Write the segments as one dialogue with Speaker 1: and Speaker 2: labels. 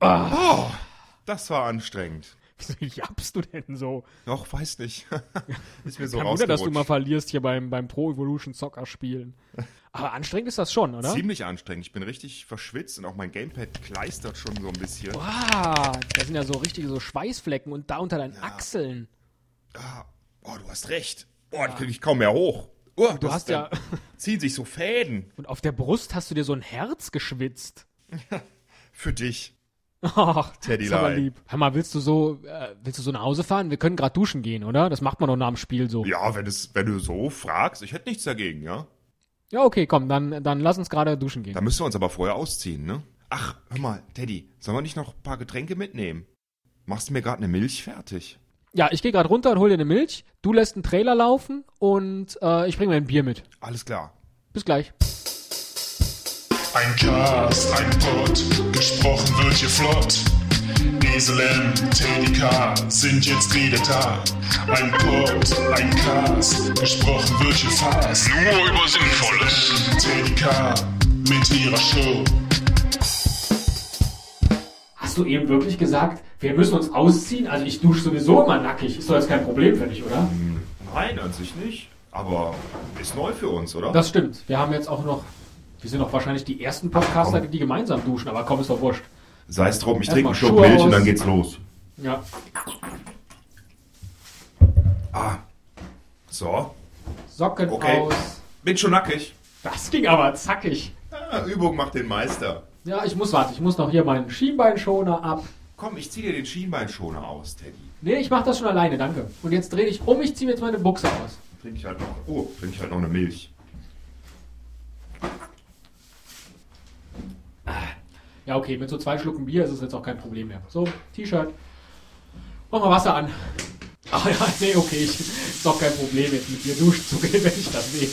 Speaker 1: Oh, das war anstrengend.
Speaker 2: Wieso jappst du denn so?
Speaker 1: Noch weiß nicht. Ist mir so
Speaker 2: Kein Wunder, dass du mal
Speaker 1: rausgerutscht.
Speaker 2: verlierst hier beim, beim Pro Evolution Soccer spielen. Aber anstrengend ist das schon, oder?
Speaker 1: Ziemlich anstrengend. Ich bin richtig verschwitzt und auch mein Gamepad kleistert schon so ein bisschen.
Speaker 2: Ah, da sind ja so richtige so Schweißflecken und da unter deinen Achseln.
Speaker 1: Oh, du hast recht. Oh, die kriege ich kaum mehr hoch. Oh,
Speaker 2: Du hast ja
Speaker 1: Ziehen sich so Fäden
Speaker 2: und auf der Brust hast du dir so ein Herz geschwitzt.
Speaker 1: für dich.
Speaker 2: Ach,
Speaker 1: Teddy
Speaker 2: ist aber
Speaker 1: Lai.
Speaker 2: lieb. Hör mal, willst du so äh, willst du so nach Hause fahren? Wir können gerade duschen gehen, oder? Das macht man doch nach dem Spiel so.
Speaker 1: Ja, wenn, es, wenn du so fragst, ich hätte nichts dagegen, ja?
Speaker 2: Ja, okay, komm, dann dann lass uns gerade duschen gehen.
Speaker 1: Da müssen wir uns aber vorher ausziehen, ne? Ach, hör mal, Teddy, sollen wir nicht noch ein paar Getränke mitnehmen? Machst du mir gerade eine Milch fertig?
Speaker 2: Ja, ich gehe gerade runter und hol dir eine Milch. Du lässt einen Trailer laufen und äh, ich bringe mir ein Bier mit.
Speaker 1: Alles klar.
Speaker 2: Bis gleich.
Speaker 3: Ein Cast, ein Pod, gesprochen wird hier flott. Esel M, Teddy K sind jetzt wieder da. Ein Pod, ein Cast, gesprochen wird hier fast.
Speaker 4: Nur über Sinnvolles.
Speaker 3: Teddy K mit ihrer Show.
Speaker 2: Hast du eben wirklich gesagt, wir müssen uns ausziehen? Also ich dusche sowieso immer nackig. Ist doch jetzt kein Problem für dich, oder?
Speaker 1: Nein, an sich nicht. Aber ist neu für uns, oder?
Speaker 2: Das stimmt. Wir haben jetzt auch noch, wir sind auch wahrscheinlich die ersten Podcaster, die gemeinsam duschen, aber komm, ist doch wurscht.
Speaker 1: Sei es drum, ich
Speaker 2: Erstmal
Speaker 1: trinke einen Schluck
Speaker 2: Schuhe
Speaker 1: Milch
Speaker 2: aus.
Speaker 1: und dann geht's los.
Speaker 2: Ja.
Speaker 1: So,
Speaker 2: Socken
Speaker 1: Okay.
Speaker 2: aus.
Speaker 1: bin schon nackig.
Speaker 2: Das ging aber zackig.
Speaker 1: Ah, Übung macht den Meister.
Speaker 2: Ja, ich muss warten. Ich muss noch hier meinen Schienbeinschoner ab.
Speaker 1: Komm, ich zieh dir den Schienbeinschoner aus, Teddy.
Speaker 2: Nee, ich mach das schon alleine, danke. Und jetzt dreh dich um, ich ziehe jetzt meine Buchse aus.
Speaker 1: Trinke ich halt noch. Oh, trinke ich halt noch eine Milch.
Speaker 2: Ja, okay, mit so zwei Schlucken Bier ist es jetzt auch kein Problem mehr. So, T-Shirt. Mach mal Wasser an. Ah ja, nee, okay, ich, ist doch kein Problem jetzt mit dir duschen zu gehen, wenn ich das sehe.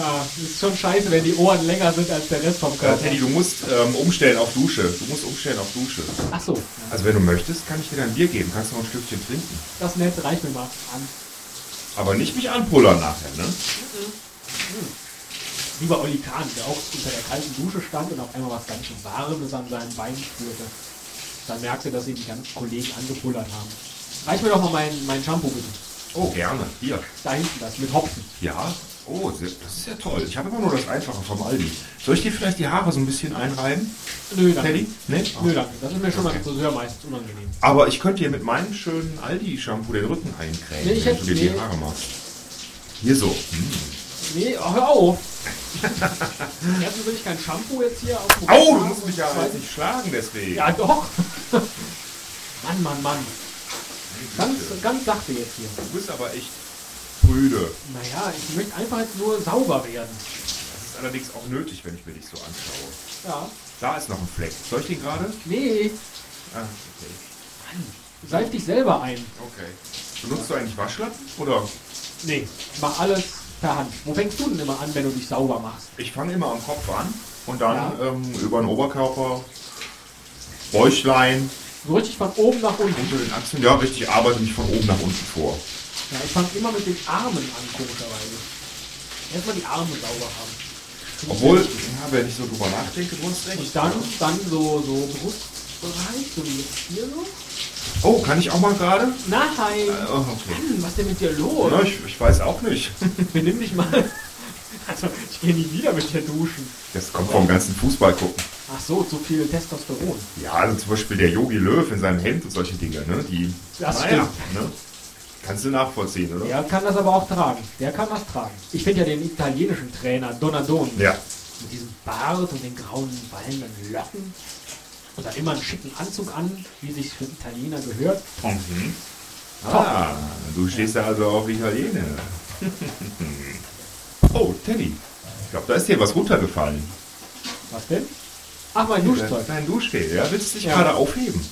Speaker 2: ah, ist schon scheiße, wenn die Ohren länger sind als der Rest vom
Speaker 1: Äh,
Speaker 2: Körper.
Speaker 1: Teddy, du musst ähm, umstellen auf Dusche. Du musst umstellen auf Dusche.
Speaker 2: Ach so,
Speaker 1: Also wenn du möchtest, kann ich dir dein Bier geben. Kannst du noch ein Stückchen trinken.
Speaker 2: das Netz reicht mir mal an.
Speaker 1: Aber nicht mich anpullern nachher, ne?
Speaker 2: Lieber Olli Kahn, der auch unter der kalten Dusche stand und auf einmal was ganz Warmes an seinen Beinen spürte. Dann merkte, dass ihn die ganzen Kollegen angepullert haben. Reich mir doch mal mein, mein Shampoo bitte.
Speaker 1: Oh, gerne. Hier.
Speaker 2: Da hinten das mit Hopfen.
Speaker 1: Ja. Oh, sehr- das ist ja toll. Ich habe immer nur das Einfache vom Aldi. Soll ich dir vielleicht die Haare so ein bisschen einreiben,
Speaker 2: Nö, danke.
Speaker 1: Teddy? Ne? Nee?
Speaker 2: Nö, danke. Das ist mir schon beim Friseur meistens unangenehm.
Speaker 1: Aber ich könnte dir mit meinem schönen Aldi-Shampoo den Rücken eincremen,
Speaker 2: Nee, ich
Speaker 1: wenn
Speaker 2: hätte-
Speaker 1: du dir
Speaker 2: nee.
Speaker 1: die Haare machst. Hier so. Hm.
Speaker 2: Nee, oh, hör auf! Erstens will ich kein Shampoo jetzt hier auf dem
Speaker 1: Au, du
Speaker 2: Rücken
Speaker 1: musst mich
Speaker 2: haben und
Speaker 1: ja halt
Speaker 2: zweitens-
Speaker 1: nicht schlagen deswegen.
Speaker 2: Ja, doch! Mann, Mann, Mann. Ganz, ganz sachte jetzt hier.
Speaker 1: Du bist aber echt prüde.
Speaker 2: Naja, ich möchte einfach jetzt nur sauber werden.
Speaker 1: Das ist allerdings auch nötig, wenn ich mir dich so anschaue.
Speaker 2: Ja.
Speaker 1: Da ist noch ein Fleck. Soll ich den gerade?
Speaker 2: Nee,
Speaker 1: Ah, okay.
Speaker 2: seif dich selber ein.
Speaker 1: Okay. Benutzt du eigentlich Waschlappen? Oder?
Speaker 2: Nee, mach alles per Hand. Wo fängst du denn immer an, wenn du dich sauber machst?
Speaker 1: Ich fange immer am Kopf an und dann
Speaker 2: Ja.
Speaker 1: ähm, über den Oberkörper, Bäuchlein,
Speaker 2: So richtig von oben nach unten.
Speaker 1: unter den Achseln. Ja, richtig, arbeite mich von oben nach unten vor.
Speaker 2: Ja, ich fange immer mit den Armen an, komischerweise. Erstmal die Arme sauber haben.
Speaker 1: Obwohl, ja, wenn ich so drüber nachdenke, du hast recht.
Speaker 2: Und dann, dann so, so Brustbereich, so jetzt hier so.
Speaker 1: Oh, kann ich auch mal gerade?
Speaker 2: Nein!
Speaker 1: Oh, okay.
Speaker 2: Mann, was ist denn mit dir los?
Speaker 1: Ja, ich, ich weiß auch nicht.
Speaker 2: Benimm dich mal. Also, ich gehe nie wieder mit dir duschen.
Speaker 1: Das kommt vom ganzen Fußball gucken.
Speaker 2: Ach so, zu viel Testosteron.
Speaker 1: Ja, also zum Beispiel der Yogi Löw in seinem Hemd und solche Dinge, ne? Die.
Speaker 2: Das
Speaker 1: Naja, ne? Kannst du nachvollziehen, oder?
Speaker 2: Der kann das aber auch tragen. Der kann das tragen. Ich finde ja den italienischen Trainer Donadoni.
Speaker 1: Ja.
Speaker 2: Mit diesem Bart und den grauen, wallenden Locken. Und dann immer einen schicken Anzug an, wie sich für Italiener gehört.
Speaker 1: Ah, du stehst da also auf Italiener. oh, Teddy. Ich glaube, da ist dir was runtergefallen.
Speaker 2: Was denn? Ach, mein Duschzeug.
Speaker 1: Dein Duschgel, ja? Willst du dich
Speaker 2: Ja.
Speaker 1: gerade aufheben?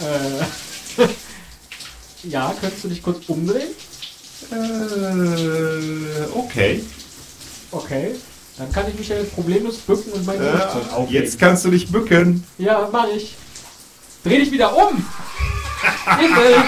Speaker 2: Äh, ja, könntest du dich kurz umdrehen?
Speaker 1: Äh, okay.
Speaker 2: Okay. Dann kann ich mich ja jetzt problemlos bücken und mein Duschzeug
Speaker 1: Äh,
Speaker 2: aufnehmen.
Speaker 1: jetzt kannst du dich bücken.
Speaker 2: Ja, mach ich. Dreh dich wieder um! Hilfe!